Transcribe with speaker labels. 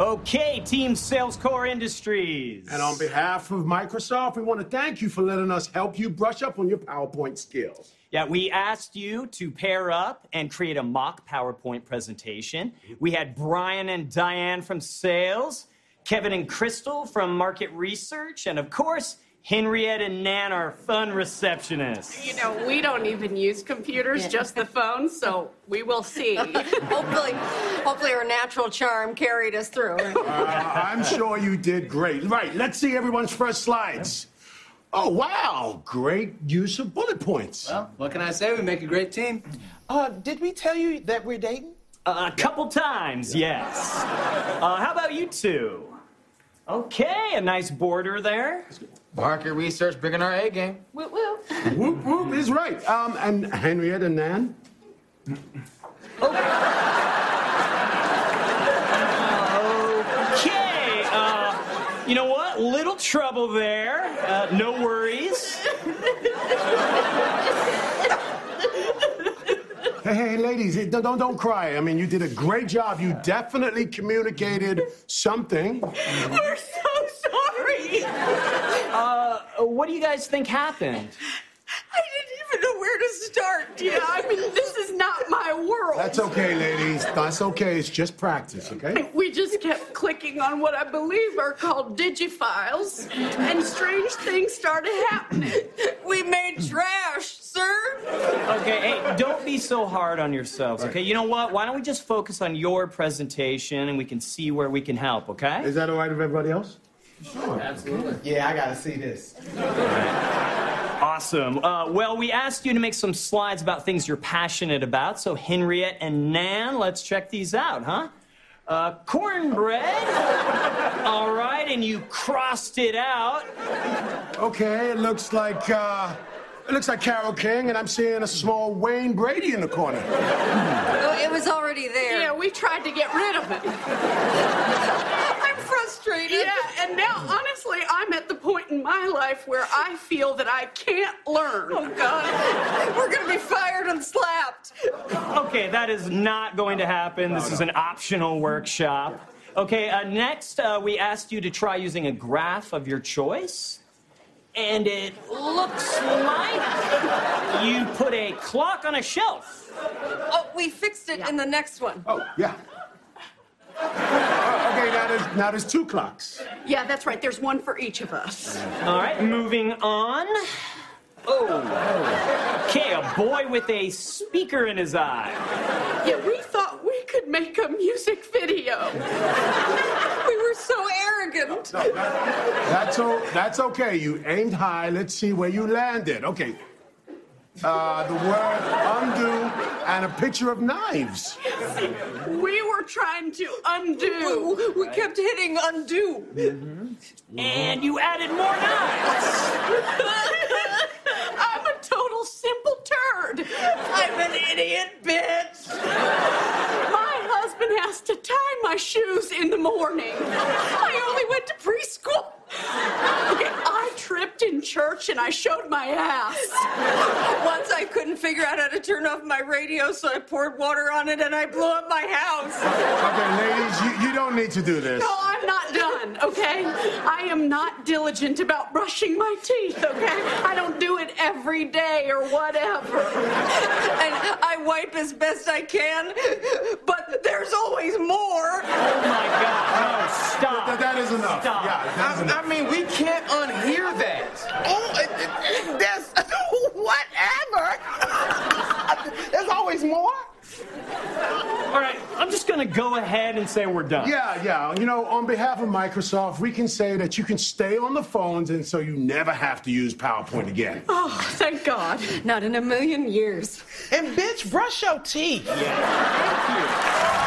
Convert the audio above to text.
Speaker 1: Okay, Team Salescore Industries.
Speaker 2: And on behalf of Microsoft, we want to thank you for letting us help you brush up on your PowerPoint skills.
Speaker 1: Yeah, we asked you to pair up and create a mock PowerPoint presentation. We had Brian and Diane from sales, Kevin and Crystal from market research, and of course, Henriette and Nan, our fun receptionists.
Speaker 3: You know, we don't even use computers, just the phone, so we will see.
Speaker 4: Hopefully, hopefully our natural charm carried us through.
Speaker 2: Uh, I'm sure you did great. Right, let's see everyone's first slides. Oh, wow, great use of bullet points.
Speaker 5: Well, what can I say? We make a great team.
Speaker 6: Uh, did we tell you that we're dating?
Speaker 1: A couple times, yes. Uh, how about you two? Okay, a nice border there.
Speaker 5: Market research, bringing our A game.
Speaker 2: whoop, whoop is right. Um, and Henrietta Nan?
Speaker 1: Okay, uh, you know what? Little trouble there. Uh, no worries.
Speaker 2: Hey, hey, ladies, eh, don't, don't cry. I mean, you did a great job. You definitely communicated something.
Speaker 3: We're so sorry.
Speaker 1: Uh, what do you guys think happened?
Speaker 3: I didn't even know where to start. Yeah, I mean, this is not my world.
Speaker 2: That's okay, ladies. That's okay. It's just practice, okay?
Speaker 3: We just kept clicking on what I believe are called digifiles, and strange things started happening.
Speaker 4: We made trash, sir.
Speaker 1: Okay, hey, don't be so hard on yourselves, okay? You know what? Why don't we just focus on your presentation and we can see where we can help, okay?
Speaker 2: Is that all right with everybody else?
Speaker 5: Absolutely. Yeah, I gotta see this.
Speaker 1: Awesome. Uh, well, we asked you to make some slides about things you're passionate about, so Henriette and Nan, let's check these out, huh? Uh, cornbread. All right, and you crossed it out.
Speaker 2: Okay, it looks like, uh, it looks like Carol King, and I'm seeing a small Wayne Brady in the corner.
Speaker 4: Oh, It was already
Speaker 3: Yeah,
Speaker 4: there.
Speaker 3: we tried to get rid of it.
Speaker 4: I'm frustrated.
Speaker 3: Yeah, and now honestly, I'm at the point in my life where I feel that I can't learn. Oh God,
Speaker 4: We're gonna be fired and slapped.
Speaker 1: Okay, that is not going to happen. This is an optional workshop. Okay, uh, next, uh, we asked you to try using a graph of your choice. And it looks like you put a clock on a shelf.
Speaker 4: Oh, we fixed it in the next one.
Speaker 2: Oh, yeah. Uh, okay, now there's, now there's two clocks.
Speaker 3: Yeah, that's right. There's one for each of us.
Speaker 1: All right, moving on. Oh. Okay, a boy with a speaker in his eye.
Speaker 3: Yeah, we thought we could make a music video.
Speaker 4: We were so arrogant.
Speaker 2: That's, o- that's okay. You aimed high. Let's see where you landed. Okay. Uh, the word undo and a picture of knives.
Speaker 3: We were trying to undo.
Speaker 4: We- We kept hitting undo.
Speaker 1: And you added more knives.
Speaker 3: I'm a total simple turd.
Speaker 4: I'm an idiot, bitch.
Speaker 3: My husband has to tie my shoes in the morning. I only went to preschool. Okay, I tripped in church and I showed my ass.
Speaker 4: Once I couldn't figure out how to turn off my radio, so I poured water on it and I blew up my house.
Speaker 2: Okay, ladies, you, you don't need to do this.
Speaker 3: No, I'm not done, okay? I am not diligent about brushing my teeth, okay? I don't do it every day or whatever.
Speaker 4: And I wipe as best I can, but there's always
Speaker 1: Oh
Speaker 4: more.
Speaker 1: my God, no, stop.
Speaker 2: That, that is enough.
Speaker 1: Stop.
Speaker 2: Yeah, that's
Speaker 5: I,
Speaker 2: enough.
Speaker 5: I mean, we can't unhear that.
Speaker 7: Oh, it- it- it- there's whatever. there's always more.
Speaker 1: All right, I'm just gonna go ahead and say we're done.
Speaker 2: Yeah, yeah. You know, on behalf of Microsoft, we can say that you can stay on the phones and so you never have to use PowerPoint again.
Speaker 3: Oh, thank God.
Speaker 4: Not in a million years.
Speaker 6: And bitch, brush your teeth.
Speaker 1: Thank you.